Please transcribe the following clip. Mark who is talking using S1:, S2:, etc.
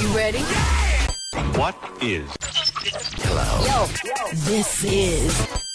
S1: You ready?
S2: What is?
S1: Yo, this is